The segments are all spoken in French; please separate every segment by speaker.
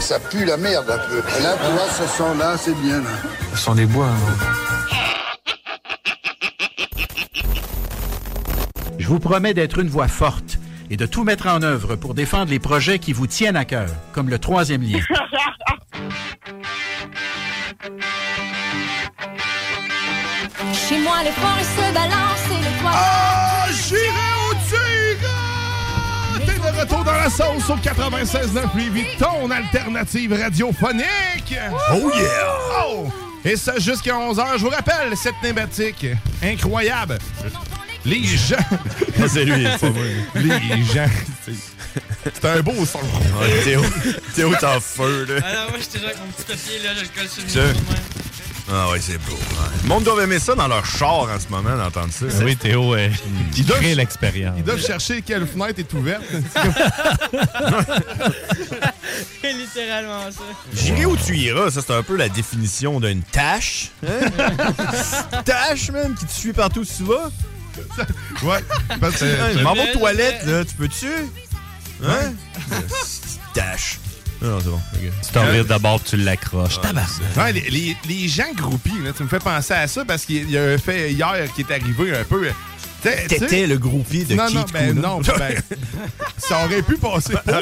Speaker 1: Ça pue la merde un peu. Là, tu vois, ça sent là, c'est bien là.
Speaker 2: Ça sent les bois.
Speaker 3: Je vous promets d'être une voix forte et de tout mettre en œuvre pour défendre les projets qui vous tiennent à cœur, comme le troisième lien.
Speaker 4: Chez moi, les points se balancent et les toits.
Speaker 5: Ah, j'irai au tigre! T'es de retour dans la sauce au 96.9 Lévis, ton alternative radiophonique! Oh yeah! Et ça jusqu'à 11h. Je vous rappelle cette thématique incroyable. Les gens...
Speaker 6: Ah,
Speaker 5: c'est lui, c'est Les gens... C'est un beau son.
Speaker 7: Théo, Théo, t'es en feu, là.
Speaker 8: Ah non, moi j'étais genre avec mon petit papier, là, je le colle sur le
Speaker 7: Ça.
Speaker 8: mur. moi.
Speaker 7: Ah ouais, c'est beau. hein. Le monde doit aimer ça dans leur char en ce moment, d'entendre ça.
Speaker 6: Oui, Théo, euh, il
Speaker 5: doit-
Speaker 6: crée l'expérience.
Speaker 5: Ils doivent chercher quelle fenêtre est ouverte.
Speaker 8: C'est littéralement ça.
Speaker 7: J'irai où tu iras, ça c'est un peu la définition d'une tâche. Hein? tâche même qui te suit partout où tu vas.
Speaker 5: Ouais. Parce que,
Speaker 7: Hein, je m'en vais
Speaker 8: belle,
Speaker 7: aux toilettes, là, tu peux-tu? Hein? tâche. Non, non, c'est bon. ok.
Speaker 6: Tu t'en vires d'abord, tu l'accroches. Tabarnak.
Speaker 5: Ouais, les, les- les gens groupis, là, tu me fais penser à ça parce qu'il y a un fait hier qui est arrivé un peu. Tu sais- tu sais-
Speaker 7: T'étais le groupie de
Speaker 5: non,
Speaker 7: Keith
Speaker 5: non, ben
Speaker 7: Kuna.
Speaker 5: non, ben, ça aurait pu passer pour,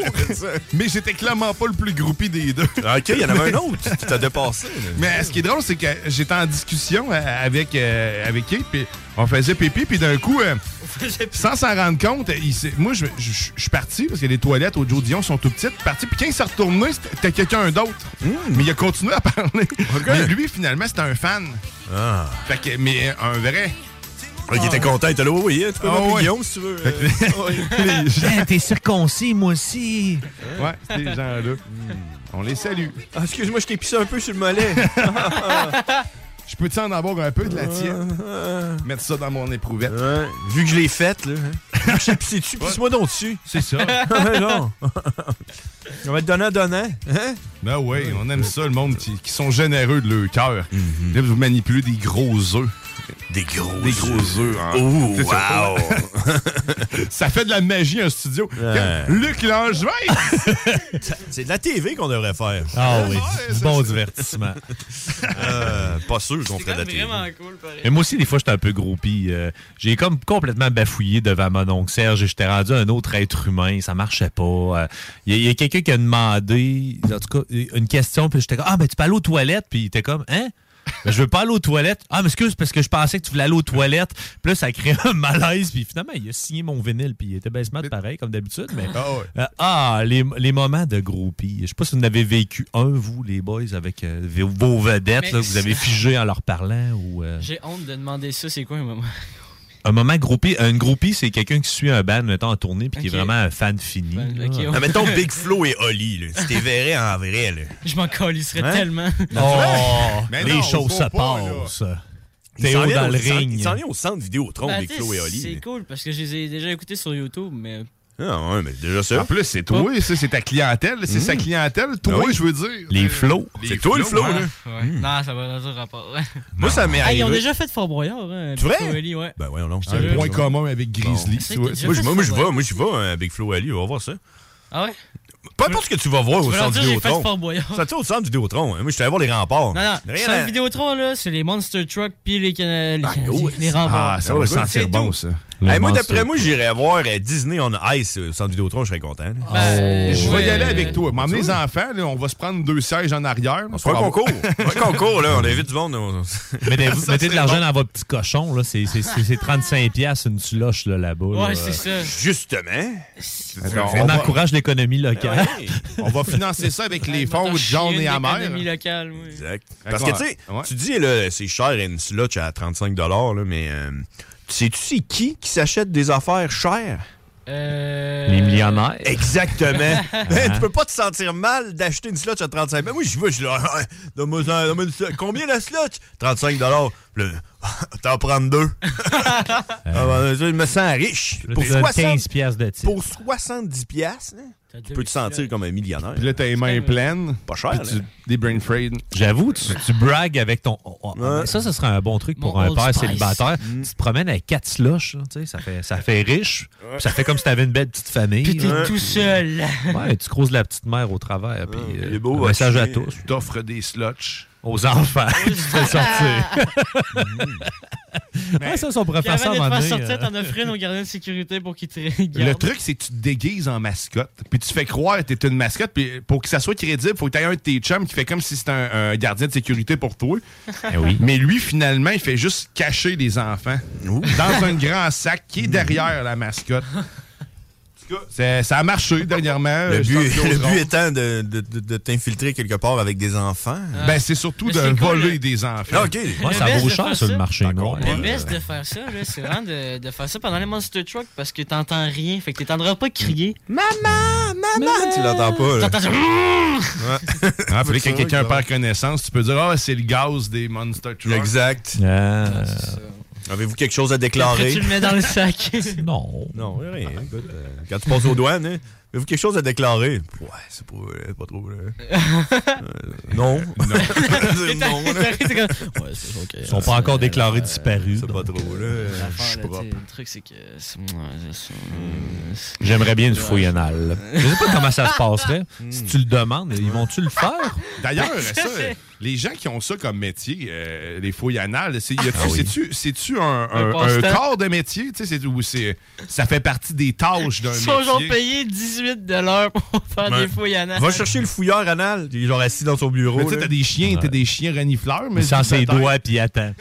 Speaker 5: mais j'étais clairement pas le plus groupie des deux.
Speaker 7: Ah, OK, il y en avait un autre. Tu t'as dépassé. là.
Speaker 5: Mais ce qui est drôle, c'est que j'étais en discussion euh, avec, euh, avec Kate, puis on faisait pipi, puis d'un coup, euh, sans s'en rendre compte, il s'est- moi, je je- je- je suis parti, parce que les toilettes au Joe Dion sont tout petites, parti, puis quand il s'est retourné, c'était quelqu'un d'autre. Mais il a continué à parler. Mais lui, finalement, c'était un fan.
Speaker 7: Ah.
Speaker 5: Fait que, mais un vrai.
Speaker 7: Il était content. Il était là, oui, oui, hein, tu peux
Speaker 5: Ah,
Speaker 7: m'appeler
Speaker 5: ouais.
Speaker 7: Guillaume si tu veux. euh.
Speaker 5: Les gens-
Speaker 6: T'es circoncis, moi aussi.
Speaker 5: ouais, ces gens-là. Hmm. On les salue.
Speaker 7: Ah, Excuse-moi, je t'ai pissé un peu sur le mollet.
Speaker 5: Je peux-tu en avoir un peu de la tienne? Mettre ça dans mon éprouvette.
Speaker 7: Ouais, vu que je l'ai faite, là. hein. Je t'ai pissé dessus, pisse-moi donc dessus.
Speaker 5: C'est ça.
Speaker 7: Ah, non. On va te donner un donnant. Hein?
Speaker 5: Ben oui, on aime ça, le monde qui, qui sont généreux de leur cœur. Là, vous manipulez des gros œufs.
Speaker 7: Des gros
Speaker 5: Des gros œufs. hein.
Speaker 7: Oh,
Speaker 5: C'est ça.
Speaker 7: wow!
Speaker 5: Ça fait de la magie, un studio. Luc Langevin!
Speaker 7: C'est de la TV qu'on devrait faire.
Speaker 6: Ah oui,
Speaker 5: ouais,
Speaker 6: du bon divertissement.
Speaker 7: Euh, pas sûr qu'on
Speaker 8: C'est
Speaker 7: ferait
Speaker 8: quand
Speaker 7: de la
Speaker 8: même
Speaker 7: TV.
Speaker 8: vraiment cool, pareil.
Speaker 6: Mais moi aussi, des fois, j'étais un peu groupie. euh, J'ai comme complètement bafouillé devant mon oncle Serge et j'étais rendu un autre être humain. Ça marchait pas. Euh, Il y a- il y a, quelqu'un qui a demandé, en tout cas, une question, puis j'étais comme Ah, ben tu peux aller aux toilettes. Puis il était comme Hein? Ben, je veux pas aller aux toilettes. Ah, mais excuse, parce que je pensais que tu voulais aller aux toilettes. Puis là, ça crée un malaise. Puis finalement, il a signé mon vinyle. Puis il était baissement pareil, comme d'habitude. Mais
Speaker 5: Ah ouais.
Speaker 6: Euh, ah, les, les moments de groupie. Je sais pas si vous en avez vécu un, vous, les boys, avec euh, vos- vos vedettes,
Speaker 8: Mais
Speaker 6: là, que vous avez figé en leur parlant. ou euh,
Speaker 8: J'ai honte de demander ça, c'est quoi un moment?
Speaker 6: Un moment groupie, une groupie, c'est quelqu'un qui suit un band, mettons, en tournée, puis qui
Speaker 8: Ok.
Speaker 6: est vraiment un fan fini.
Speaker 8: Ben,
Speaker 6: là.
Speaker 8: ok, on-
Speaker 7: Ah, ben, mettons Big Flo et Oli, là. Si t'es verrais en vrai, là.
Speaker 8: Je m'en calisserais
Speaker 7: Hein?
Speaker 8: tellement.
Speaker 6: Oh,
Speaker 5: Mais
Speaker 6: les
Speaker 5: non,
Speaker 6: choses
Speaker 5: faut
Speaker 6: se
Speaker 5: pas,
Speaker 6: passent.
Speaker 7: Ils s'en
Speaker 6: Théo
Speaker 7: viennent
Speaker 6: dans
Speaker 7: au-
Speaker 6: le
Speaker 7: ils s'en-
Speaker 6: ring.
Speaker 7: Ils s'en viennent au centre Vidéotron,
Speaker 8: Ben,
Speaker 7: Big
Speaker 8: t'sais,
Speaker 7: Flo et Oli.
Speaker 8: C'est
Speaker 7: là.
Speaker 8: cool parce que je les ai déjà écoutés sur YouTube, mais
Speaker 7: Ah, ouais, mais déjà
Speaker 5: En
Speaker 7: ça.
Speaker 5: plus, c'est toi, ça, c'est ta clientèle. C'est sa clientèle. Toi,
Speaker 7: Ah oui.
Speaker 5: je veux dire. Euh,
Speaker 6: Les flots.
Speaker 7: C'est toi le flow,
Speaker 8: Ouais,
Speaker 7: là.
Speaker 8: ouais.
Speaker 7: Hmm.
Speaker 8: Non, ça va dans un rapport.
Speaker 7: Moi, ça m'est
Speaker 8: Ah, ils
Speaker 7: arrivé.
Speaker 8: ont déjà fait Fort Boyard. Hein,
Speaker 7: Tu vrai?
Speaker 8: Coeli, ouais.
Speaker 7: Ben, voyons, non.
Speaker 5: Un
Speaker 8: Ouais.
Speaker 5: point commun avec Grizzly.
Speaker 8: C'est
Speaker 5: tu vois.
Speaker 8: que j'ai-
Speaker 7: Moi, je moi, moi, je
Speaker 8: Ouais.
Speaker 7: vais, moi, je vais, hein, Big Flo et Oli, on va voir ça.
Speaker 8: Ah ouais?
Speaker 7: Peu importe ce que tu vas voir
Speaker 8: Je
Speaker 7: au
Speaker 8: veux leur
Speaker 7: centre
Speaker 8: dire, j'ai fait
Speaker 7: Vidéotron.
Speaker 8: Fort Boyard.
Speaker 7: Ça tient au centre Vidéotron. hein. Moi, je suis allé voir les remparts.
Speaker 8: Non, non,
Speaker 7: Rien
Speaker 8: sur
Speaker 7: à- Ah,
Speaker 8: le Vidéotron, là, c'est les Monster Truck puis les Canadiens, les, Canadiens,
Speaker 7: ouais.
Speaker 8: les remparts.
Speaker 5: Ah, ça va sentir
Speaker 8: C'est
Speaker 5: bon,
Speaker 8: tout.
Speaker 5: ça.
Speaker 7: Hey, moi,
Speaker 6: Le
Speaker 7: d'après
Speaker 6: monstre.
Speaker 7: moi, j'irais voir euh, Disney on Ice euh, au centre Vidéotron, je serais content. là.
Speaker 8: Ben,
Speaker 5: Je vais y
Speaker 8: ouais,
Speaker 5: aller
Speaker 8: euh,
Speaker 5: avec toi. M'emmener les enfants, là, on va se prendre deux sièges en arrière.
Speaker 7: On se fait un concours. On fait un concours, là. On invite du monde. on- on-
Speaker 6: Mettez, mettez de l'argent dans votre petit cochon, là. C'est c'est- c'est- c'est 35$ piastres une tuloche là, là-bas. là.
Speaker 8: Ouais, c'est ça.
Speaker 7: Justement.
Speaker 5: Attends,
Speaker 6: On
Speaker 5: va-
Speaker 6: encourage l'économie
Speaker 7: Ben
Speaker 6: locale.
Speaker 7: Ouais.
Speaker 5: On va financer ça avec les
Speaker 8: Mettons,
Speaker 5: fonds de John
Speaker 8: chier
Speaker 5: et
Speaker 8: une
Speaker 5: Amère.
Speaker 8: économie locale, oui.
Speaker 7: Exact.
Speaker 5: Fait
Speaker 7: Parce
Speaker 5: qu'on-
Speaker 7: que, tu sais,
Speaker 5: ouais.
Speaker 7: tu dis, là, c'est cher une slotch à 35 là, mais euh, sais-tu c'est qui qui s'achète des affaires chères?
Speaker 8: Euh...
Speaker 6: Les Hein? millionnaires.
Speaker 7: Exactement. Hey, tu peux pas te sentir mal d'acheter une slot à 35 Ben oui, je vais, je suis là. Donne-moi ça, donne-moi une slot. Combien la slot 35 Le- T'en prends deux. Ah, ben, je me sens riche.
Speaker 6: Là,
Speaker 7: Pour
Speaker 6: tu donnes
Speaker 7: 60
Speaker 6: 15 piastres de titre.
Speaker 7: pour 70 piastres, hein,
Speaker 8: T'as
Speaker 7: tu
Speaker 8: deux
Speaker 7: peux te sentir
Speaker 8: pilotes.
Speaker 7: comme un millionnaire.
Speaker 5: Puis là, t'as les mains pleines.
Speaker 7: Pas hein. cher,
Speaker 5: Puis tu-
Speaker 7: là.
Speaker 5: Des brain frayed.
Speaker 6: J'avoue, tu, tu bragues avec ton. oh, oh, oh. Ça, ce serait un bon truc pour
Speaker 8: Mon
Speaker 6: un
Speaker 8: Old
Speaker 6: père
Speaker 8: Spice.
Speaker 6: célibataire.
Speaker 7: Mm.
Speaker 6: Tu te promènes avec quatre slushs, là, tu sais, ça fait, ça fait riche. puis Ça fait comme si t'avais une belle petite famille.
Speaker 8: Puis t'es
Speaker 6: là.
Speaker 8: tout seul.
Speaker 6: Ouais, tu creuses la petite mère au travers. Puis,
Speaker 7: il
Speaker 6: euh,
Speaker 7: est beau,
Speaker 6: un message à
Speaker 7: acheter.
Speaker 6: tous.
Speaker 5: T'offres des slotch.
Speaker 6: Aux enfants. tu te fais sortir. Ouais, ça, son
Speaker 8: Puis avant
Speaker 6: professeur
Speaker 8: Ah. de
Speaker 6: m'a
Speaker 8: te faire
Speaker 6: donné,
Speaker 8: sortir,
Speaker 6: euh,
Speaker 8: t'en offrais nos gardiens de sécurité pour qu'ils te
Speaker 5: Le
Speaker 8: regardent.
Speaker 5: truc, c'est que tu te déguises en mascotte. Puis tu fais croire que t'es une mascotte. Puis pour que ça soit crédible, faut que t'aies un de tes chums qui fait comme si c'était un, un gardien de sécurité pour toi.
Speaker 6: Eh
Speaker 5: Mais lui, finalement, il fait juste cacher les enfants dans un grand sac qui est derrière la mascotte. En tout cas, c'est- ça a marché dernièrement.
Speaker 7: Le
Speaker 5: euh, Je
Speaker 7: but,
Speaker 5: pense que
Speaker 7: le
Speaker 5: aux
Speaker 7: but
Speaker 5: autres.
Speaker 7: étant de, de- de- de t'infiltrer quelque part avec des enfants.
Speaker 8: Ah,
Speaker 5: Ben, c'est surtout
Speaker 8: Mais
Speaker 5: de
Speaker 8: c'est quoi,
Speaker 5: voler
Speaker 8: le-
Speaker 5: des
Speaker 7: Ah,
Speaker 5: enfants.
Speaker 7: OK.
Speaker 6: ouais,
Speaker 8: Le
Speaker 6: ça
Speaker 8: best
Speaker 6: vaut
Speaker 8: de
Speaker 6: cher
Speaker 8: faire
Speaker 6: sur le
Speaker 8: ça.
Speaker 6: marché noir.
Speaker 8: Le best de faire ça, là, c'est vraiment de, de faire ça pendant les Monster Truck parce que t'entends rien. Fait que t'entendras pas crier.
Speaker 7: Maman, Ah, tu l'entends pas. là.
Speaker 8: T'entends ça. Mmh!
Speaker 5: Ah, fallait que
Speaker 7: Ça,
Speaker 5: quelqu'un
Speaker 7: grave.
Speaker 5: perd connaissance. Tu peux dire, ah, c'est le gaz des Monster Trucks.
Speaker 7: Exact.
Speaker 6: Ah,
Speaker 7: Avez-vous quelque chose à
Speaker 8: Après,
Speaker 7: déclarer?
Speaker 8: tu le mets dans le sac.
Speaker 6: non.
Speaker 7: Non, rien. écoute, euh, quand tu passes aux douanes, hein, avez-vous quelque chose à déclarer? Ouais, c'est pas, euh, pas trop. là. Euh, non. C'est non. là.
Speaker 8: C'est comme- ouais, c'est ok.
Speaker 6: Ils sont pas encore déclarés disparus.
Speaker 7: C'est
Speaker 6: donc.
Speaker 7: pas trop. Là. Je suis
Speaker 8: L'affaire, là,
Speaker 7: propre.
Speaker 8: tu sais, Le truc, c'est que. c'est- ouais, c'est ça.
Speaker 6: J'aimerais bien une fouille anale. Je sais pas comment ça se passerait. Si tu le demandes, ils vont-tu le faire?
Speaker 8: Ben,
Speaker 5: D'ailleurs, ça, les gens qui ont ça comme métier, euh, les fouilles anales, c'est, y a-tu- c'est-tu, c'est-tu un, un-
Speaker 8: Un
Speaker 5: un
Speaker 8: passe-temps.
Speaker 5: corps de métier? Tu sais, c'est, ou c'est, ça fait partie des tâches d'un
Speaker 8: Ils sont genre
Speaker 5: métier.
Speaker 8: payés 18 pour faire
Speaker 7: Ben,
Speaker 8: des fouilles à
Speaker 7: Va chercher le fouilleur anal. Il est genre assis dans son bureau.
Speaker 5: Mais tu sais,
Speaker 7: là.
Speaker 5: t'as des chiens, t'as des chiens renifleurs, mais...
Speaker 6: Sans ses doigts, puis il attend.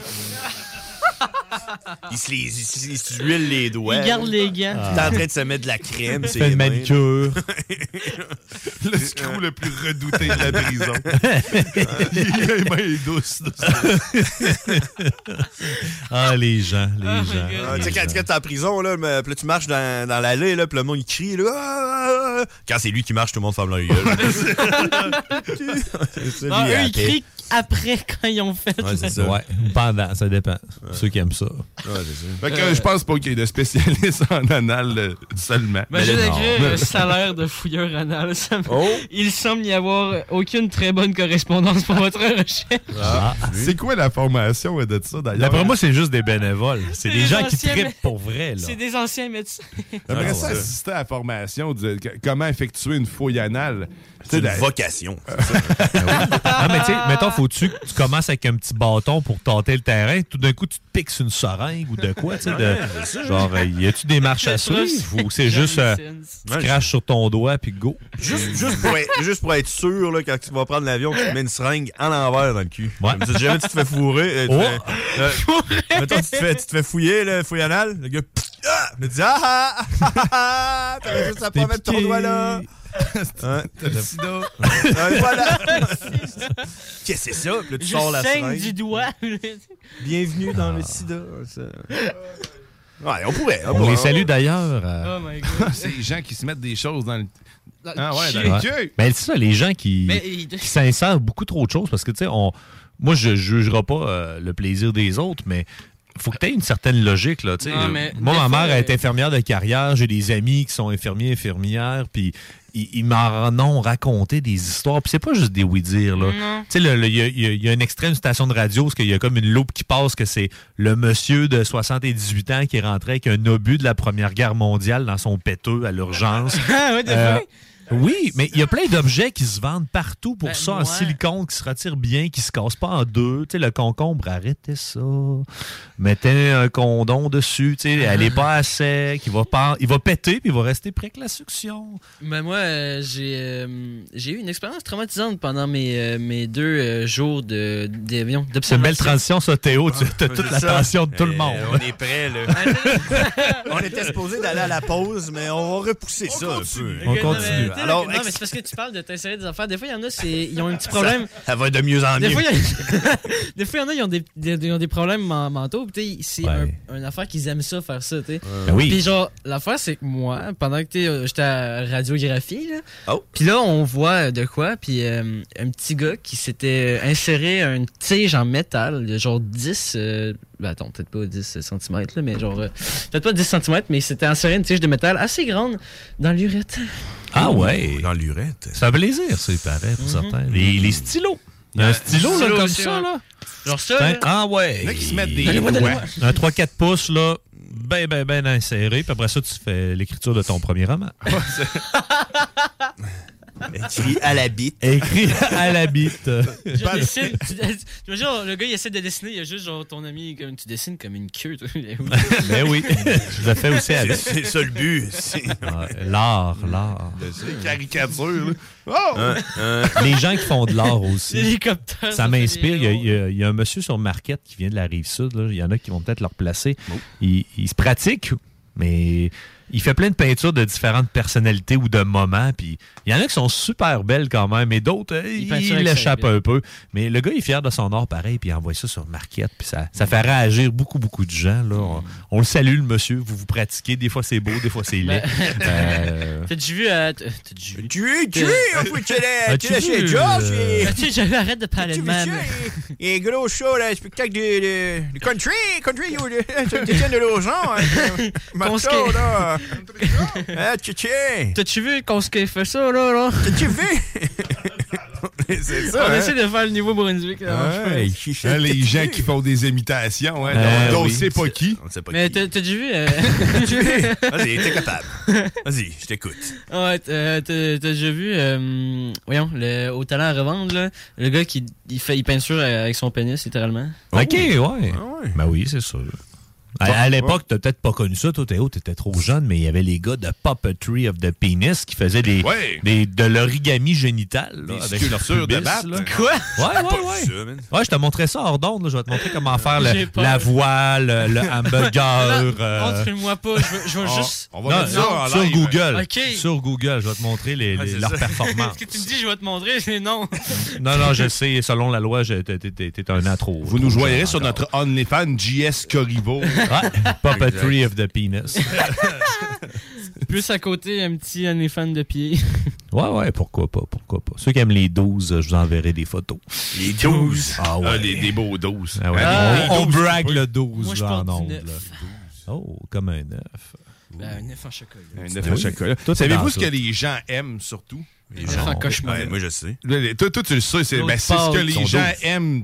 Speaker 7: Il se, les, il se- il se huile les doigts.
Speaker 8: Ils gardent
Speaker 7: là.
Speaker 8: les gants.
Speaker 7: Il est en train de se mettre de la crème.
Speaker 6: Il fait
Speaker 7: C'est
Speaker 6: une manicure.
Speaker 5: Le screw le plus redouté de la prison. il a les mains douces.
Speaker 6: Ah, les gens, les
Speaker 8: Ah, my
Speaker 6: gens.
Speaker 8: God.
Speaker 7: Ah, tu sais,
Speaker 6: les
Speaker 7: quand,
Speaker 6: gens.
Speaker 7: quand t'es en prison, là, mais- puis là, tu marches dans, dans l'allée, là, puis le monde, il crie, là, Ah, ah, ah. Quand c'est lui qui marche, tout le monde ferme la
Speaker 6: Ah,
Speaker 7: gueule. c'est ça,
Speaker 8: Non,
Speaker 7: lui,
Speaker 8: Ah, eux,
Speaker 7: après.
Speaker 8: ils crient après quand ils ont fait.
Speaker 7: Ouais, c'est ça.
Speaker 6: Ouais, ou pendant, ça dépend. Ceux qui aiment ça.
Speaker 7: Ouais, c'est ça.
Speaker 5: Fait que euh, je pense pas qu'il y ait de spécialistes en anal euh, seulement.
Speaker 8: Imagine
Speaker 6: Mais non. Oh.
Speaker 8: écrire euh, salaire de fouilleur anal. Ça me- Il semble n'y avoir aucune très bonne correspondance pour votre recherche.
Speaker 5: C'est quoi la formation euh, de ça, d'ailleurs?
Speaker 6: D'après moi, c'est juste des bénévoles. C'est
Speaker 8: C'est
Speaker 6: des
Speaker 8: les
Speaker 6: gens qui
Speaker 8: anciens,
Speaker 6: trippent
Speaker 8: mais-
Speaker 6: pour vrai, là.
Speaker 8: C'est des anciens médecins.
Speaker 5: J'aimerais
Speaker 7: Ah,
Speaker 5: ça
Speaker 7: ouais.
Speaker 5: assister à la formation de que- comment effectuer une fouille anale. Tu sais,
Speaker 7: C'est une
Speaker 5: la-
Speaker 7: vocation.
Speaker 6: Ah, mais tu sais, mettons, faut-tu que tu commences avec un petit bâton pour tâter le terrain, tout d'un coup, tu te piques sur une seringue ou de quoi, tu sais, de- genre, euh, y a-tu des marches à suivre ou c'est juste, euh, tu
Speaker 7: Ouais,
Speaker 6: craches sur ton doigt puis go?
Speaker 7: Juste, juste, pour être, juste pour être sûr, là, quand tu vas prendre l'avion, tu te mets une seringue à l'envers dans le cul.
Speaker 6: Ouais.
Speaker 7: Comme ça, si jamais tu te fais fourrer. euh, tu
Speaker 6: Oh!
Speaker 7: fais- euh, mettons, tu te fais, tu te fais fouiller, le fouille anal, le gars, pff, ah! Il dit, ah, ah, ah, ah, ah, t'avais juste à
Speaker 6: T'es
Speaker 7: pas mettre ton
Speaker 6: piqué.
Speaker 7: doigt là. Hein? Ouais, voilà. Qu'est-ce que c'est ça? Puis là, tu
Speaker 8: Je
Speaker 7: sors la
Speaker 8: saigne
Speaker 7: seringue.
Speaker 8: du doigt.
Speaker 7: Bienvenue dans le sida. ça. Ah. Ouais, on pourrait. On,
Speaker 6: On
Speaker 7: pourrait.
Speaker 6: les salue d'ailleurs. euh,
Speaker 8: oh my god.
Speaker 5: C'est les gens qui se mettent des choses dans le. Ah ouais,
Speaker 8: Chier.
Speaker 5: dans le
Speaker 6: Ouais.
Speaker 5: cul.
Speaker 6: Mais Ben, c'est ça, les gens qui,
Speaker 8: Mais il-
Speaker 6: qui s'insèrent beaucoup trop de choses parce que, tu sais, on, moi, je jugerai pas euh, le plaisir des autres, mais faut que tu aies une certaine logique, là. tu sais.
Speaker 8: Non, mais
Speaker 6: moi,
Speaker 8: des
Speaker 6: ma
Speaker 8: fois,
Speaker 6: mère elle est
Speaker 8: euh,
Speaker 6: infirmière de carrière, j'ai des amis qui sont infirmiers, infirmières, puis ils, ils m'en ont raconté des histoires. Puis c'est pas juste des oui-dire, là. Tu sais, le- le- il y, a- il y a- il y a une extrême station de radio, parce qu'il y a comme une loupe qui passe, que c'est le monsieur de 78 ans qui est rentré avec un obus de la Première Guerre mondiale dans son péteux à l'urgence.
Speaker 8: Ah ouais, des
Speaker 6: Euh,
Speaker 8: fois.
Speaker 6: oui, mais il y a plein d'objets qui se vendent partout pour
Speaker 8: Ben,
Speaker 6: ça, en
Speaker 8: ouais.
Speaker 6: silicone, qui se retire bien, qui se casse pas en deux. Tu sais, le concombre, arrêtez ça. Mettez un condom dessus, tu sais, elle est pas à sec, il va, pas, il va péter, puis il va rester près que la suction.
Speaker 8: Ben moi, euh, j'ai euh, j'ai eu une expérience traumatisante pendant mes, euh, mes deux euh, jours de- d'avion.
Speaker 6: C'est une belle
Speaker 8: d'observation.
Speaker 6: transition, ça, Théo. Tu as toute
Speaker 7: C'est ça.
Speaker 6: l'attention de tout le
Speaker 7: Euh,
Speaker 6: monde.
Speaker 7: on est prêt, là. on était supposé d'aller à la pause, mais on va repousser ça un peu.
Speaker 6: On
Speaker 8: Ok, non,
Speaker 6: continue.
Speaker 8: mais T'sais,
Speaker 7: Alors,
Speaker 8: non, mais c'est parce que tu parles de t'insérer des affaires. Des fois, il y en a, c'est- ils ont un petit
Speaker 7: ça,
Speaker 8: problème.
Speaker 7: ça va de mieux en mieux.
Speaker 8: Des fois, il y a- des fois, il y en a, ils ont des, des- ils ont des problèmes men- mentaux. Puis, t'sais, c'est
Speaker 6: Ouais.
Speaker 8: un- une affaire qu'ils aiment ça, faire ça. T'sais.
Speaker 6: Ben
Speaker 8: Puis,
Speaker 6: oui.
Speaker 8: genre, l'affaire, c'est que moi, pendant que t'sais, euh, j'étais à radiographie, là,
Speaker 7: Oh.
Speaker 8: puis là, on voit de quoi. Puis, euh, un petit gars qui s'était inséré une tige en métal, de genre 10, euh, ben, attends, peut-être pas 10 cm, là, mais genre, euh, peut-être pas 10 cm, mais il s'était inséré une tige de métal assez grande dans l'urette.
Speaker 6: Ah ouais.
Speaker 7: Dans l'urette.
Speaker 6: C'est un plaisir, c'est pareil,
Speaker 7: Mhm.
Speaker 6: pour certains. Les, les stylos.
Speaker 7: Euh,
Speaker 6: Un stylo, là,
Speaker 8: stylo,
Speaker 6: comme
Speaker 8: c'est
Speaker 6: ça,
Speaker 8: vrai.
Speaker 6: là.
Speaker 8: Genre ça.
Speaker 6: Un-
Speaker 8: là.
Speaker 6: ah ouais.
Speaker 5: Là, qui se mettent des
Speaker 6: Ouais.
Speaker 5: doigts.
Speaker 6: Un 3-4 pouces, là, ben, ben, ben inséré. Puis après ça, tu fais l'écriture de ton premier roman.
Speaker 7: Écrit à la bite.
Speaker 6: Écrit à la bite.
Speaker 8: Genre, dessine, tu dessines- tu vois, genre, le gars, il essaie de dessiner, il y a juste genre ton ami, comme, tu dessines comme une queue. toi.
Speaker 6: ben oui. Je le fais aussi avec.
Speaker 7: C'est ça le but. c'est-
Speaker 6: Ah, L'art, l'art.
Speaker 5: C'est caricature. là. Oh!
Speaker 6: Les gens qui font de l'art aussi.
Speaker 8: L'hélicoptère.
Speaker 6: Ça m'inspire. Il y a-
Speaker 8: fait des
Speaker 6: il y, a, il y a un monsieur sur Marquette qui vient de la rive sud. là. Il y en a qui vont peut-être le replacer. Il, il se pratique, mais il fait plein de peintures de différentes personnalités ou de moments. Puis il y en a qui sont super belles quand même, et d'autres, euh,
Speaker 8: Il
Speaker 6: il,
Speaker 8: peinture avec
Speaker 6: l'échappe
Speaker 8: sa
Speaker 6: un peu. Mais le gars est fier de son art pareil, puis il envoie ça sur Marquette. Puis ça, ça fait réagir beaucoup, beaucoup de gens. Là.
Speaker 8: Hmm.
Speaker 6: On, on le salue, le monsieur. Vous vous pratiquez. Des fois, c'est beau, des fois, c'est laid. Euh,
Speaker 8: T'as-tu vu. euh, t- T'as-tu vu.
Speaker 7: Tu es, tu es, on peut te la-
Speaker 6: As-tu
Speaker 7: te lâcher
Speaker 6: vu,
Speaker 7: George.
Speaker 6: euh,
Speaker 7: et-
Speaker 8: T'as-tu vu, arrête de parler
Speaker 7: Tu
Speaker 8: de
Speaker 7: veux ça,
Speaker 8: même.
Speaker 7: et, et gros show, là, spectacle de, de, de country, country, you, de, de, de, de l'urgent. hein, Marceau,
Speaker 8: Conscrit.
Speaker 7: là. Ah, tu tiens.
Speaker 8: T'as-tu vu qu'on se fait ça, là, là?
Speaker 7: Tu veux? C'est
Speaker 8: On
Speaker 7: ça. hein?
Speaker 8: essaie de faire le niveau Brunswick, là.
Speaker 7: Ouais, chichette.
Speaker 5: Hein, les gens qui font des imitations, hein,
Speaker 6: Euh,
Speaker 5: dont on
Speaker 6: oui.
Speaker 5: sait pas Ah, qui.
Speaker 7: On sait pas
Speaker 8: Mais
Speaker 7: qui.
Speaker 8: t'as- t'as-tu vu. euh,
Speaker 7: Vas-y, t'es capable. Vas-y, je t'écoute.
Speaker 8: Ouais, t- euh, t'as t'as déjà vu, euh, voyons, le, au talent à revendre, là, le gars qui il fait, il peinture euh, avec son pénis, littéralement.
Speaker 5: Ah
Speaker 6: OK, ouais.
Speaker 7: ouais.
Speaker 6: Ben oui, c'est sûr. À, à l'époque, t'as peut-être pas connu ça, toi, Théo, t'étais trop jeune, mais il y avait les gars de Puppetry of the Penis qui faisaient des,
Speaker 5: Ouais.
Speaker 6: des- de l'origami génital, là,
Speaker 7: Des
Speaker 6: Ah, avec leur
Speaker 7: sculptures de
Speaker 6: pubis,
Speaker 7: batte,
Speaker 6: là.
Speaker 7: hein.
Speaker 8: Quoi?
Speaker 6: Ouais, ouais,
Speaker 7: Pas
Speaker 6: ouais.
Speaker 7: ça, man.
Speaker 6: Ouais, je te montrais ça hors d'onde, là. je vais te montrer comment faire le-
Speaker 8: J'ai peur.
Speaker 6: la voile, le, le hamburger. euh,
Speaker 8: Montre-le-moi pas, je veux, je veux
Speaker 5: On,
Speaker 8: juste.
Speaker 5: on va
Speaker 6: non,
Speaker 5: mettre ça en
Speaker 6: sur
Speaker 5: live.
Speaker 6: Google.
Speaker 8: OK.
Speaker 6: Sur Google, je vais te montrer les, les-
Speaker 7: c'est
Speaker 6: leurs
Speaker 7: ça.
Speaker 6: performances.
Speaker 8: Ce que tu me dis, je vais te montrer, c'est non.
Speaker 6: non, non, je sais, selon la loi, je- t'es- t'es t'es un an trop.
Speaker 5: Vous nous
Speaker 6: trop jeune
Speaker 5: joindrez sur
Speaker 6: encore.
Speaker 5: notre OnlyFans JS Corriveau.
Speaker 6: Ouais, Puppetry of the Penis.
Speaker 8: Plus à côté, un petit OnlyFans de pied.
Speaker 6: Ouais, ouais, pourquoi pas, pourquoi pas. Ceux qui aiment les 12, euh, je vous enverrai des photos.
Speaker 7: Les 12.
Speaker 6: Ah ouais.
Speaker 5: Ah, les, des beaux dos.
Speaker 6: Ah ouais.
Speaker 8: Ah,
Speaker 6: on, on
Speaker 5: les 12,
Speaker 6: brague
Speaker 5: oui.
Speaker 6: le
Speaker 8: Moi,
Speaker 6: 12
Speaker 8: je
Speaker 6: là,
Speaker 8: porte
Speaker 6: en
Speaker 8: du
Speaker 6: ondes.
Speaker 8: neuf.
Speaker 6: là. Oh, comme un 9.
Speaker 8: Ben, un œuf en chocolat.
Speaker 5: Un œuf à chocolat.
Speaker 6: Toi, t'es dans
Speaker 5: Savez-vous ce
Speaker 6: ça.
Speaker 5: que les gens aiment surtout?
Speaker 8: Un œuf en cauchemar.
Speaker 7: Ouais, moi, je sais.
Speaker 5: Là, les- Toi, toi, tu le sais, c'est
Speaker 8: L'autre
Speaker 5: ben, c'est ce que
Speaker 8: part,
Speaker 5: les
Speaker 6: son
Speaker 5: gens
Speaker 6: dos.
Speaker 5: aiment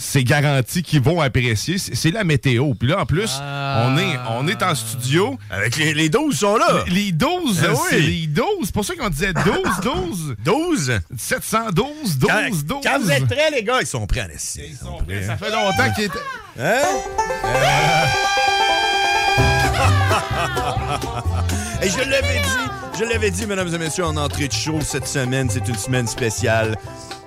Speaker 5: C'est garanti qu'ils vont apprécier. C'est c'est la météo. Puis là, en plus, on, est, on est en studio.
Speaker 7: Avec les, les 12 sont là.
Speaker 5: Les 12,
Speaker 7: Ah oui.
Speaker 5: c'est les 12. C'est pour ça qu'on disait 12, 12.
Speaker 7: 12.
Speaker 5: 712,
Speaker 7: Quand,
Speaker 5: 12, 12.
Speaker 7: quand vous êtes prêts, les gars, ils sont prêts, Alessi. Ils sont
Speaker 6: hein.
Speaker 7: prêts.
Speaker 5: Ça fait longtemps qu'il était.
Speaker 7: Et je l'avais dit, je l'avais dit, mesdames et messieurs, en entrée de show cette semaine, c'est une semaine spéciale.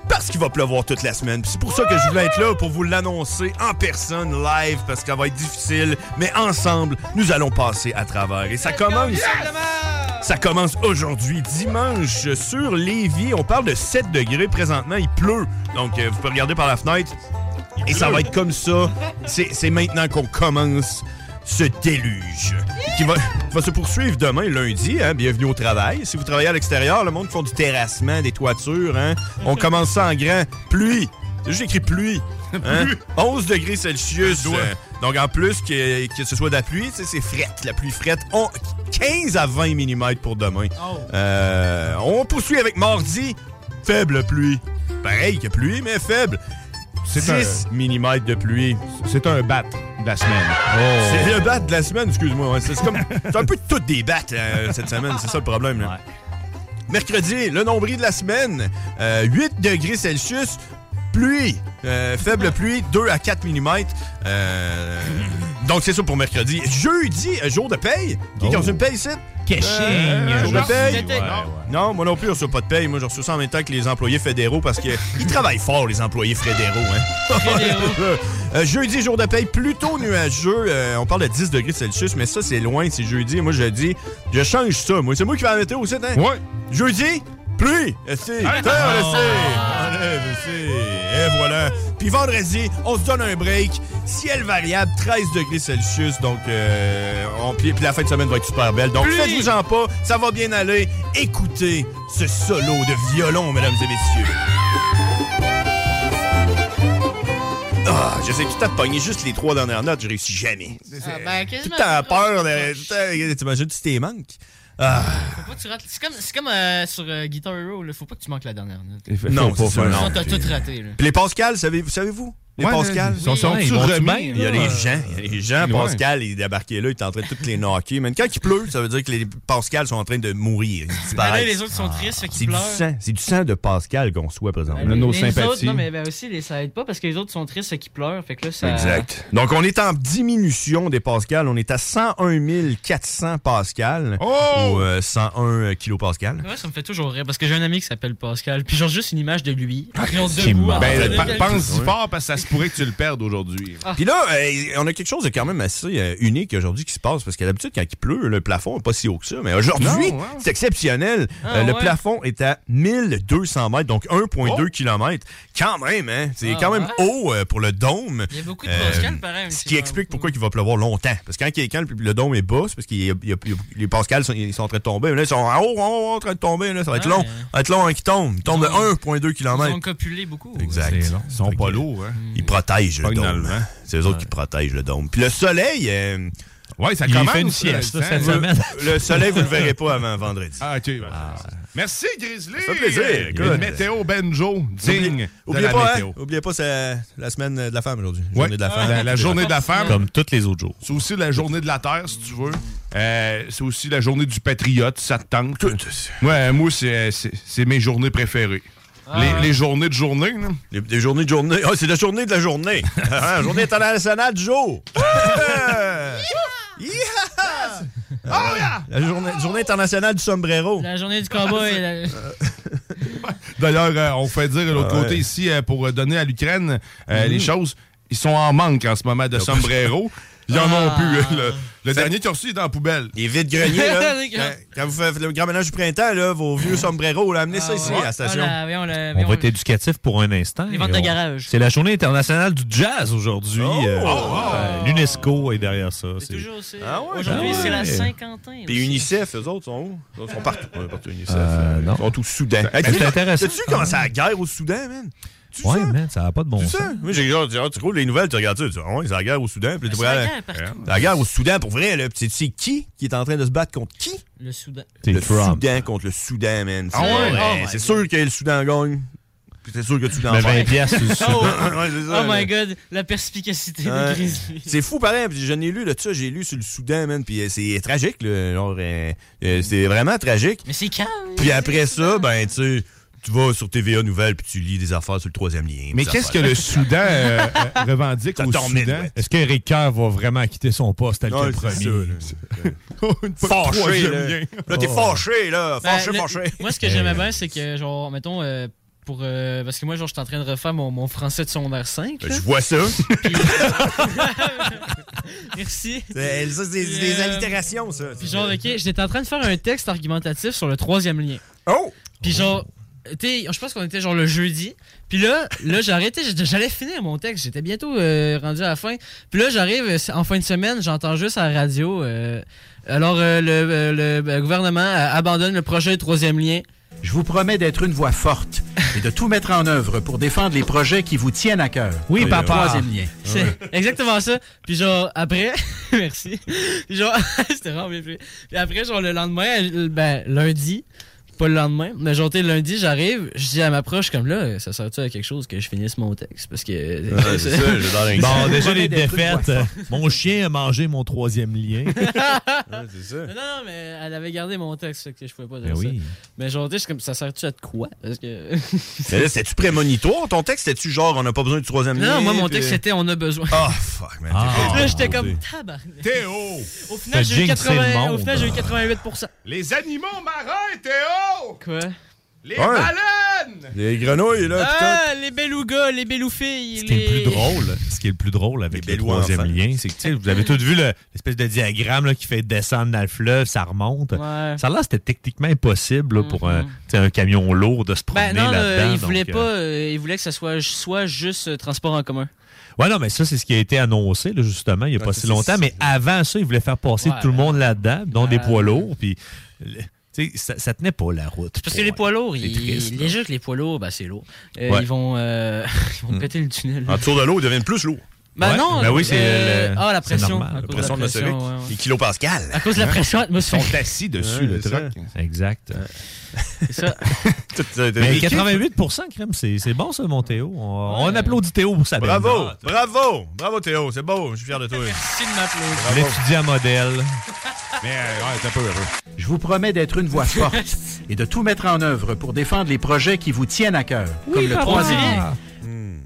Speaker 7: Parce qu'il va pleuvoir toute la semaine. Puis C'est pour ça que je voulais être là pour vous l'annoncer en personne, live, parce que ça va être difficile. Mais ensemble, nous allons passer à travers. Et ça commence. Ça commence aujourd'hui, dimanche, sur Lévis. On parle de 7 degrés présentement. Il pleut. Donc, euh, vous pouvez regarder par la fenêtre. Et ça va être comme ça. C'est c'est maintenant qu'on commence.
Speaker 3: ce déluge qui va, qui va se poursuivre demain, lundi. hein. Bienvenue au travail. Si vous travaillez à l'extérieur, le monde qui font du terrassement, des toitures, hein, on commence ça en grand. Pluie. C'est juste écrit pluie. hein. 11 degrés Celsius. euh, donc en plus que, que ce soit de la pluie, tu sais, c'est frette. La pluie frette. On- 15 à 20 mm pour demain. Euh, on poursuit avec mardi. Faible pluie. Pareil que pluie, mais faible. 6 mm de pluie. Oh.
Speaker 5: C'est un bat de la semaine.
Speaker 3: C'est le bat de la semaine, excuse-moi. ouais. C'est c'est comme. C'est un peu toutes des battes euh, cette semaine, c'est ça le problème. là. Mercredi, le nombril de la semaine, euh, 8 degrés Celsius, pluie, euh, faible pluie, 2 à 4 mm. donc c'est ça pour mercredi. Jeudi, euh, jour de paye. Qui qui a reçu une paye ici? Euh, jour de paye. Non, moi non plus, on reçoit pas de paye. Moi, je reçois ça en même temps que les employés fédéraux parce qu'ils travaillent fort, les employés fédéraux. Hein? Euh, jeudi, jour de paye, plutôt nuageux. Euh, on parle de 10 degrés Celsius, mais ça, c'est loin, c'est jeudi. Moi, je dis, je change ça. Moi, c'est moi qui vais à la météo aussi, hein?
Speaker 5: Ouais.
Speaker 3: Jeudi, pluie, essai, terre, essai, enlève, essai. Et voilà. Puis vendredi, on se donne un break. Ciel variable, 13 degrés Celsius. Donc, euh, on, puis, puis la fin de semaine va être super belle. Donc, faites-vous-en pas, ça va bien aller. Écoutez ce solo de violon, mesdames et messieurs. Ah, je sais que tu as pogné juste les trois dernières notes, je réussis jamais.
Speaker 8: Ah, ben,
Speaker 3: Tout le temps peur, de- tout le temps- t'imagines si t'es manques. Ah.
Speaker 8: Faut pas que tu rates. C'est comme, c'est comme euh, sur euh, Guitar Hero, là. faut pas que tu manques la dernière note.
Speaker 3: Non, c'est ça,
Speaker 8: Sinon,
Speaker 3: non.
Speaker 8: t'as tout raté. Là.
Speaker 3: Puis les Pascal, savez- savez-vous? Les
Speaker 5: Ouais,
Speaker 3: Pascal?
Speaker 5: Ils sont, sont
Speaker 6: Ouais, ils vont-tu bien,
Speaker 5: remis.
Speaker 3: Il y a
Speaker 6: là?
Speaker 3: les gens, il y a les gens,
Speaker 5: Ouais.
Speaker 3: Pascal, il est débarqué là, il est en train de toutes les knocker. Mais quand il pleut, ça veut dire que les Pascal sont en train de mourir, ils
Speaker 8: Ben là,
Speaker 3: disparaissent.
Speaker 8: les autres sont tristes,
Speaker 3: C'est
Speaker 8: fait qu'ils
Speaker 3: du
Speaker 8: pleurent.
Speaker 3: sang, Ah, c'est du sang de Pascal qu'on soit présentement.
Speaker 5: On a nos
Speaker 8: Mais Ben, les autres,
Speaker 5: sympathies.
Speaker 8: non, mais ben aussi, les, ça aide pas parce que les autres sont tristes, fait qu'ils pleurent. Fait que là, ça.
Speaker 3: Exact. Donc, on est en diminution des Pascal. On est à 101 400 Pascal.
Speaker 5: Oh!
Speaker 3: Ou euh, 101 kilopascal.
Speaker 8: Ouais, ça me fait toujours rire parce que j'ai un ami qui s'appelle Pascal, puis genre juste une image de lui.
Speaker 3: Ah,
Speaker 8: Puis on se
Speaker 6: Qui
Speaker 8: debout,
Speaker 6: marre.
Speaker 8: en train
Speaker 5: Ben,
Speaker 8: de-
Speaker 5: pa- pense-y fort parce que ça se pourrait que tu le perdes aujourd'hui.
Speaker 3: Puis là, euh, on a quelque chose de quand même assez euh, unique aujourd'hui qui se passe parce qu'à l'habitude, quand il pleut, le plafond n'est pas si haut que ça. Mais aujourd'hui,
Speaker 5: Non, ouais.
Speaker 3: c'est exceptionnel. Euh, Le
Speaker 8: Ah, ouais.
Speaker 3: plafond est à 1200 mètres, donc 1,2
Speaker 5: Oh.
Speaker 3: km. Quand même, hein? C'est
Speaker 8: Ah,
Speaker 3: quand même
Speaker 8: ouais.
Speaker 3: haut euh, pour le dôme. Euh,
Speaker 8: Il y a beaucoup de Pascal, pareil,
Speaker 3: Ce
Speaker 8: aussi,
Speaker 3: qui
Speaker 8: ouais,
Speaker 3: explique
Speaker 8: beaucoup.
Speaker 3: pourquoi il va pleuvoir longtemps. Parce que quand, il- quand le, le dôme est bas, c'est parce que les Pascal sont, ils sont en train de tomber. Là, ils sont en haut, en haut, en train de tomber. Là, ça va être
Speaker 8: Ouais.
Speaker 3: long. Ça va être long hein, qu'ils tombent. Ils tombent de 1,2
Speaker 8: Ils
Speaker 3: km.
Speaker 8: ont copulé beaucoup.
Speaker 3: Exact.
Speaker 6: Ils sont pas lourds, hein?
Speaker 3: Ils protègent le
Speaker 5: Pogne dans le
Speaker 3: dôme.
Speaker 5: vent.
Speaker 3: C'est eux autres qui protègent le dôme. Puis le soleil, euh,
Speaker 5: Ouais, ça
Speaker 6: Il
Speaker 5: commence.
Speaker 6: fait une
Speaker 5: là,
Speaker 6: sieste
Speaker 5: le
Speaker 6: là, cette
Speaker 5: temps.
Speaker 6: semaine.
Speaker 3: le soleil, vous le verrez pas avant vendredi.
Speaker 5: Ah, ok. ben, Merci, Grizzly.
Speaker 3: Ça fait plaisir,
Speaker 5: Une
Speaker 3: écoute.
Speaker 5: météo banjo
Speaker 3: Oubliez,
Speaker 5: digne. de
Speaker 3: oubliez
Speaker 5: la
Speaker 3: pas,
Speaker 5: météo.
Speaker 3: hein? Oubliez pas, c'est la semaine de la femme aujourd'hui.
Speaker 5: Ouais.
Speaker 3: Journée de Ah, la femme.
Speaker 5: La, la journée de la femme,
Speaker 6: Comme tous les autres jours.
Speaker 5: c'est aussi la journée de la terre, si tu veux. Euh, c'est aussi la journée du patriote, ça te tente. Ouais, moi, c'est- c'est c'est mes journées préférées. les, les journées de journée, là.
Speaker 3: Les, les journées de journée. Ah, c'est la journée de la journée. Hein, journée internationale du jour. Yeah! Oh, La journée, journée internationale du sombrero.
Speaker 8: La journée du combat et la... Ah,
Speaker 5: D'ailleurs, euh, on fait dire de l'autre
Speaker 3: Ah
Speaker 5: côté ici, euh, pour euh, donner à l'Ukraine
Speaker 3: Mm-hmm.
Speaker 5: euh, les choses, ils sont en manque en ce moment
Speaker 3: Ah.
Speaker 5: de sombrero. Ils en ont plus. euh, Le, le dernier qu'ils ont reçu est dans la poubelle.
Speaker 3: Les vides greniers, là. quand, quand vous faites le grand ménage du printemps, là, vos vieux sombreros, là, amenez ça ici à la
Speaker 8: Ah,
Speaker 3: station.
Speaker 8: la- voyons, la-
Speaker 6: On
Speaker 8: voyons,
Speaker 6: va être éducatif pour un instant.
Speaker 8: Les ventes de
Speaker 6: Et on-
Speaker 8: garage.
Speaker 6: C'est la journée internationale du jazz aujourd'hui.
Speaker 3: Oh!
Speaker 6: Euh, euh, L'UNESCO est derrière ça.
Speaker 8: c'est
Speaker 6: C'est-
Speaker 8: toujours c'est-
Speaker 3: Ah ouais,
Speaker 8: Aujourd'hui,
Speaker 6: ah ouais.
Speaker 8: c'est la Saint-Quentin.
Speaker 3: Puis
Speaker 8: aussi.
Speaker 3: UNICEF, eux autres sont où? Ils sont partout. Ouais, partout UNICEF.
Speaker 6: Euh, non.
Speaker 3: Ils sont au Soudan.
Speaker 6: Ben, c'est intéressant.
Speaker 3: As-tu vu comment c'est la guerre au Soudan, man? Tu
Speaker 6: Ouais,
Speaker 3: sens?
Speaker 5: ben
Speaker 6: man, ça n'a pas de bon
Speaker 3: Tu
Speaker 6: sens.
Speaker 3: sens? Moi, j'ai genre, tu genre, tu trouves les nouvelles, tu regardes ça, tu dis, Ah ouais, c'est la guerre au Soudan. Puis là, tu
Speaker 8: C'est la
Speaker 3: regardes-
Speaker 8: guerre partout.
Speaker 3: C'est la guerre au Soudan pour vrai, là. Puis tu sais- tu sais qui qui est en train de se battre contre qui?
Speaker 8: Le Soudan.
Speaker 6: C'est
Speaker 3: le
Speaker 6: Trump.
Speaker 3: Soudan contre le Soudan, man. C'est
Speaker 8: Ah ouais?
Speaker 3: vrai.
Speaker 8: Oh my
Speaker 3: c'est sûr que le Soudan gagne. Puis c'est sûr que le Soudan
Speaker 6: Mais 20
Speaker 3: perd.
Speaker 6: piastres sur le Soudan.
Speaker 8: Oh,
Speaker 3: Ouais, c'est ça, là.
Speaker 8: oh my god, la perspicacité
Speaker 3: Ouais.
Speaker 8: des Grizzlies.
Speaker 3: C'est fou pareil, puis je n'ai lu de ça, j'ai lu sur le Soudan, man, puis euh, c'est tragique, là. Genre, euh, euh, c'est vraiment tragique.
Speaker 8: Mais c'est calme.
Speaker 3: Puis après ça, ben, tu sais, tu vas sur TVA Nouvelles, puis tu lis des affaires sur le troisième lien.
Speaker 5: Mais
Speaker 3: des
Speaker 5: qu'est-ce que
Speaker 3: affaires.
Speaker 5: le Soudan euh, euh, revendique
Speaker 3: Ça
Speaker 5: au
Speaker 3: t'emmène,
Speaker 5: Soudan?
Speaker 3: ouais.
Speaker 6: Est-ce que Eric Kerr va vraiment quitter son poste tel que
Speaker 3: Ouais,
Speaker 6: le
Speaker 3: c'est
Speaker 6: premier?
Speaker 3: ça, là.
Speaker 5: Une fois que
Speaker 3: Fâché,
Speaker 5: troisième
Speaker 3: là.
Speaker 5: lien.
Speaker 3: Là, t'es
Speaker 6: Oh.
Speaker 3: fâché, là.
Speaker 8: Ben,
Speaker 3: Fâché,
Speaker 8: le-
Speaker 3: fâché.
Speaker 8: Moi, ce que
Speaker 6: Euh.
Speaker 8: j'aimais bien, c'est que, genre, mettons, euh, pour. euh, parce que moi, genre, je suis en train de refaire mon, mon français de secondaire 5. là.
Speaker 3: Ben, Je vois ça.
Speaker 8: Merci.
Speaker 3: C'est Ben, ça, c'est des,
Speaker 8: Puis,
Speaker 3: des
Speaker 8: euh,
Speaker 3: allitérations, ça.
Speaker 8: Puis genre, ok, j'étais en train de faire un texte argumentatif sur le troisième lien.
Speaker 3: Oh!
Speaker 8: Puis genre, tu sais, je pense qu'on était genre le jeudi. Puis là, là j'ai arrêté, j'étais- j'allais finir mon texte, j'étais bientôt euh, rendu à la fin. Puis là, j'arrive euh, en fin de semaine, j'entends juste à la radio. euh, alors, euh, le, euh, le, euh, gouvernement euh, abandonne le projet troisième lien.
Speaker 3: Je vous promets d'être une voix forte et de tout mettre en œuvre pour défendre les projets qui vous tiennent à cœur.
Speaker 6: Oui, papa.
Speaker 3: Troisième lien.
Speaker 8: C'est exactement ça. Puis genre, après, merci. Puis genre, c'était vraiment bien fait. Puis après, genre, le lendemain, euh, ben, lundi, pas le lendemain, mais genre, tu sais, lundi, j'arrive, je dis à ma proche, comme là, ça sert-tu à quelque chose que je finisse mon texte? Parce que.
Speaker 6: Ouais, c'est ça, j'ai dans l'instant. Bon, Ah, déjà, les défaites, euh,
Speaker 8: mon
Speaker 6: chien a mangé mon troisième lien.
Speaker 8: c'est ça. Non, non, mais elle avait gardé mon texte, fait que je pouvais pas dire
Speaker 6: Ben
Speaker 8: ça.
Speaker 6: oui.
Speaker 8: Mais genre, tu sais, je suis comme, ça sert-tu à de quoi? Parce que.
Speaker 7: Mais là, C'était-tu prémonitoire? Ton texte, c'était-tu genre on n'a pas besoin du troisième
Speaker 8: Non,
Speaker 7: lien?
Speaker 8: moi, mon
Speaker 7: puis-
Speaker 8: texte, c'était on a besoin.
Speaker 7: Ah, fuck, man. Ah,
Speaker 8: Là, j'étais
Speaker 7: Dieu.
Speaker 8: comme tabarnak.
Speaker 5: Théo!
Speaker 8: Au final, j'ai eu,
Speaker 7: Jinxer le
Speaker 8: 80 au
Speaker 7: monde.
Speaker 8: final, j'ai eu 88%.
Speaker 5: Les animaux marins, Théo!
Speaker 8: Quoi?
Speaker 5: Les
Speaker 7: Ouais.
Speaker 5: baleines!
Speaker 7: Les grenouilles, là, putain.
Speaker 8: Ah, les belugas, les beloufilles.
Speaker 6: Ce qui est le plus drôle, ce qui est le plus drôle avec le troisième lien, c'est que tu sais, vous avez tous vu le- l'espèce de diagramme là, qui fait descendre dans le fleuve, ça remonte.
Speaker 8: Ouais. Mm-hmm.
Speaker 6: Ça là, c'était techniquement impossible là, pour un, tu sais, un camion lourd de se promener
Speaker 8: Ben non,
Speaker 6: là-dedans.
Speaker 8: là, il
Speaker 6: donc,
Speaker 8: voulait
Speaker 6: euh,
Speaker 8: pas, euh, il voulait que ça soit soit juste euh, transport en commun.
Speaker 6: Ouais, non, mais ça, c'est ce qui a été annoncé, là, justement, il n'y a pas si longtemps. Mais avant ça, ils voulaient faire passer
Speaker 8: Ouais,
Speaker 6: tout le monde là-dedans, dont des
Speaker 8: Ouais.
Speaker 6: poids lourds. Puis, le- tu sais, ça, ça tenait pas la route.
Speaker 8: Parce que
Speaker 6: pour-
Speaker 8: les poids lourds, ils,
Speaker 6: triste,
Speaker 8: les jeux que les poids lourds, ben, c'est lourd. Euh,
Speaker 6: Ouais.
Speaker 8: Ils vont, euh, ils vont péter le tunnel.
Speaker 5: Ah,
Speaker 7: En dessous de l'eau, ils deviennent plus lourds.
Speaker 8: Ben non,
Speaker 7: Ben oui, c'est
Speaker 8: euh,
Speaker 7: le-
Speaker 8: ah la
Speaker 7: c'est
Speaker 8: pression,
Speaker 7: normal,
Speaker 8: à
Speaker 7: la
Speaker 8: cause
Speaker 7: pression
Speaker 8: de la pression,
Speaker 7: atmosphérique.
Speaker 8: ouais, ouais.
Speaker 7: Les kilopascales.
Speaker 6: hein.
Speaker 8: À cause de la pression atmosphérique.
Speaker 7: Ils sont assis dessus,
Speaker 6: Ouais,
Speaker 7: le
Speaker 6: c'est
Speaker 7: truc.
Speaker 6: Exact.
Speaker 8: C'est ça.
Speaker 6: Mais 88 crème, c'est c'est bon, ça, mon Théo. On, on applaudit Théo pour sa belle
Speaker 7: Bravo,
Speaker 5: Ah,
Speaker 6: note.
Speaker 7: bravo, bravo Théo, c'est beau, je suis fier de toi. Merci
Speaker 8: de Ah
Speaker 7: m'applaudir.
Speaker 6: L'étudiant modèle.
Speaker 7: Mais euh, ouais, t'as pas heureux.
Speaker 3: Je vous promets d'être une voix forte et de tout mettre en œuvre pour défendre les projets qui vous tiennent à cœur.
Speaker 8: Oui,
Speaker 3: comme le
Speaker 8: papa.
Speaker 3: troisième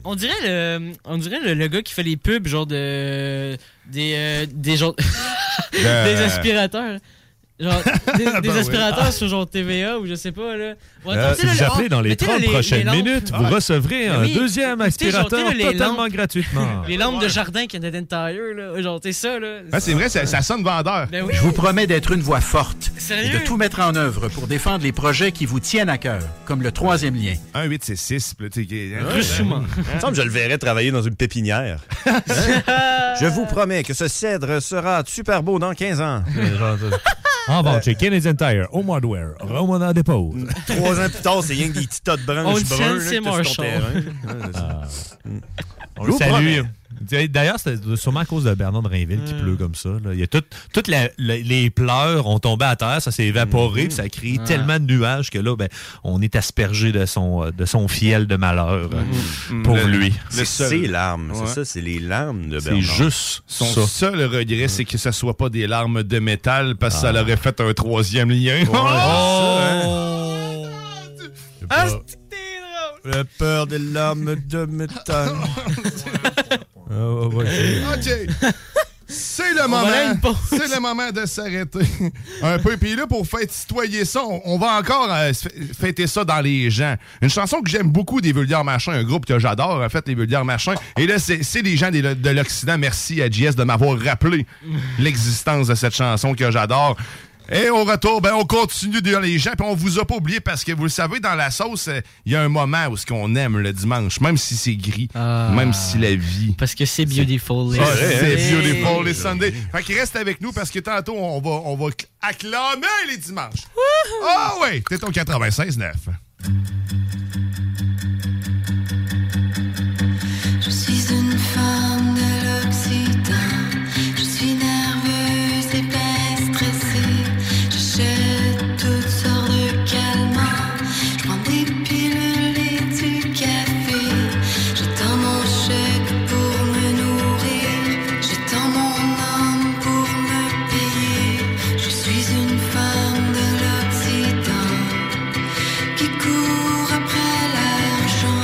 Speaker 8: On dirait-
Speaker 3: lien.
Speaker 8: On dirait le, on dirait le, le gars qui fait les pubs genre de des euh, des genre des
Speaker 5: Euh,
Speaker 8: aspirateurs. Genre, des,
Speaker 6: Euh, Ben
Speaker 8: des
Speaker 6: oui.
Speaker 8: aspirateurs sur genre TVA ou je sais pas, là. Ouais,
Speaker 6: Euh,
Speaker 8: tu sais,
Speaker 6: si vous
Speaker 8: là, le-
Speaker 6: appelez dans les
Speaker 8: mettez, là,
Speaker 6: 30 prochaines
Speaker 8: lampes. Ah.
Speaker 6: minutes, vous recevrez un
Speaker 8: Mais oui,
Speaker 6: deuxième
Speaker 8: mettez, genre,
Speaker 6: aspirateur
Speaker 8: tu sais, là, les
Speaker 6: totalement
Speaker 8: lampes-
Speaker 6: gratuitement.
Speaker 8: Les lampes de jardin Canadian Tire, là. Genre, t'es ça, là.
Speaker 3: Ah, c'est vrai, ça- ça
Speaker 5: sonne vendeur.
Speaker 8: Ben oui.
Speaker 3: Je vous promets d'être une voix forte
Speaker 8: Sérieux?
Speaker 3: et de tout mettre en œuvre pour défendre les projets qui vous tiennent à cœur, comme le troisième lien.
Speaker 5: 1, 8, c'est 6.
Speaker 7: Il me semble que je le verrais travailler dans une pépinière. je vous promets que ce cèdre sera super beau dans 15 ans. Euh.
Speaker 6: En vente chez Canadian Tire, Home Hardware, Romana Dépose.
Speaker 7: Trois ans plus tard, c'est rien que des petits tas de branches
Speaker 6: Old
Speaker 7: brunes.
Speaker 6: Sense
Speaker 7: là, que t'as
Speaker 6: et
Speaker 7: sur ton
Speaker 6: Marshall.
Speaker 7: terrain. Ouais, c'est ça.
Speaker 6: On
Speaker 7: Je
Speaker 6: le
Speaker 7: vous
Speaker 6: salue.
Speaker 7: promets.
Speaker 6: D'ailleurs, c'est sûrement à cause de Bernard Drainville qui pleut comme ça. là. Il y a tout- toutes la- la- les pleurs ont tombé à terre, ça s'est évaporé, puis ça a créé
Speaker 7: Ah.
Speaker 6: tellement de nuages que là, ben, on est aspergé de son, euh, de son fiel de malheur euh,
Speaker 7: Mm.
Speaker 6: pour
Speaker 7: Le-
Speaker 6: lui.
Speaker 7: C'est ses larmes, c'est
Speaker 5: Ouais.
Speaker 7: ça, c'est les larmes de
Speaker 6: C'est
Speaker 7: Bernard.
Speaker 6: juste
Speaker 5: Son seul regret, c'est que ça soit pas des larmes de métal parce que
Speaker 6: Ah.
Speaker 5: ça l'aurait fait un troisième lien.
Speaker 6: Oh!
Speaker 5: hein?
Speaker 8: Ah,
Speaker 7: La peur des larmes de métal.
Speaker 6: Ah,
Speaker 5: OK. Ah, C'est le
Speaker 7: On va aller à une
Speaker 5: moment.
Speaker 7: pause.
Speaker 5: C'est le moment de s'arrêter un peu. Puis là, pour fêter citoyer ça, on, on va encore euh, se fê- fêter ça dans les gens. Une chanson que j'aime beaucoup des Vulgaires Machins, un groupe que j'adore, en fait, les Vulgaires Machins. Et là, c'est c'est les gens des- de l'Occident. Merci à JS de m'avoir rappelé l'existence de cette chanson que j'adore. Et au retour, ben, on continue dans les gens, puis on vous a pas oublié parce que vous le savez, dans la sauce, euh, il y a un moment où ce qu'on aime le dimanche, même si c'est gris, même si la vie.
Speaker 8: Parce que c'est beautiful. les
Speaker 5: ah,
Speaker 6: hein?
Speaker 5: c'est
Speaker 8: Sundays.
Speaker 5: beautiful les Sundays. Fait qu'il reste avec nous parce que tantôt, on va, on va cl- acclamer les dimanches. Ah ouais, t'es au 96.9.
Speaker 9: Je suis une femme de l'Occident. Je suis nerveuse, épaisse, stressée. J'achète toutes sortes de calmants. Je prends des pilules et du café. J'attends mon chèque pour me nourrir. J'attends mon homme pour me payer. Je suis une femme de l'Occident qui court après l'argent.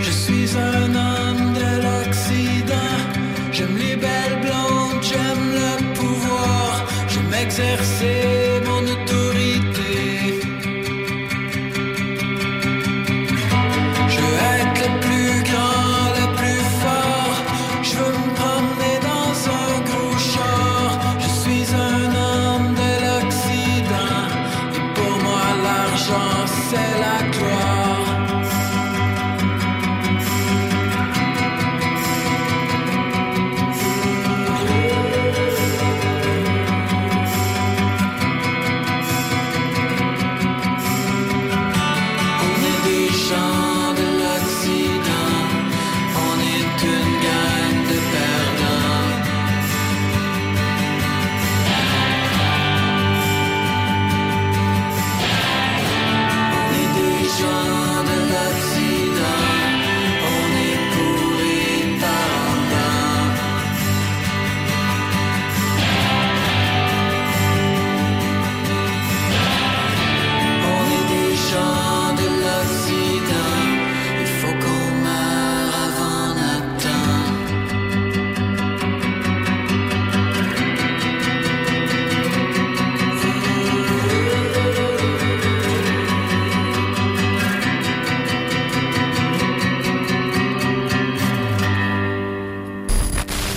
Speaker 10: Je suis un homme de l'Occident. J'aime les belles blondes, j'aime le pouvoir. J'aime exercer mon autorité.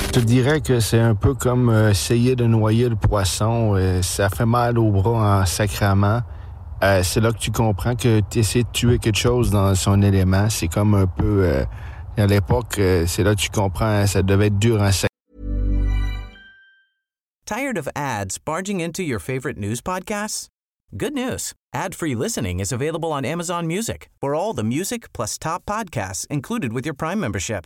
Speaker 11: Je te dirais que c'est un peu comme euh, essayer de noyer le poisson. euh, ça fait mal au bras en sacrament. Euh, c'est là que tu comprends que tu essaies de tuer quelque chose dans son élément. C'est comme un peu... euh, à l'époque, euh, c'est là que tu comprends, hein, ça devait être dur en sacrament.
Speaker 12: Tired of ads barging into your favorite news podcasts? Good news. Ad-free listening is available on Amazon Music for all the music plus top podcasts included with your Prime membership.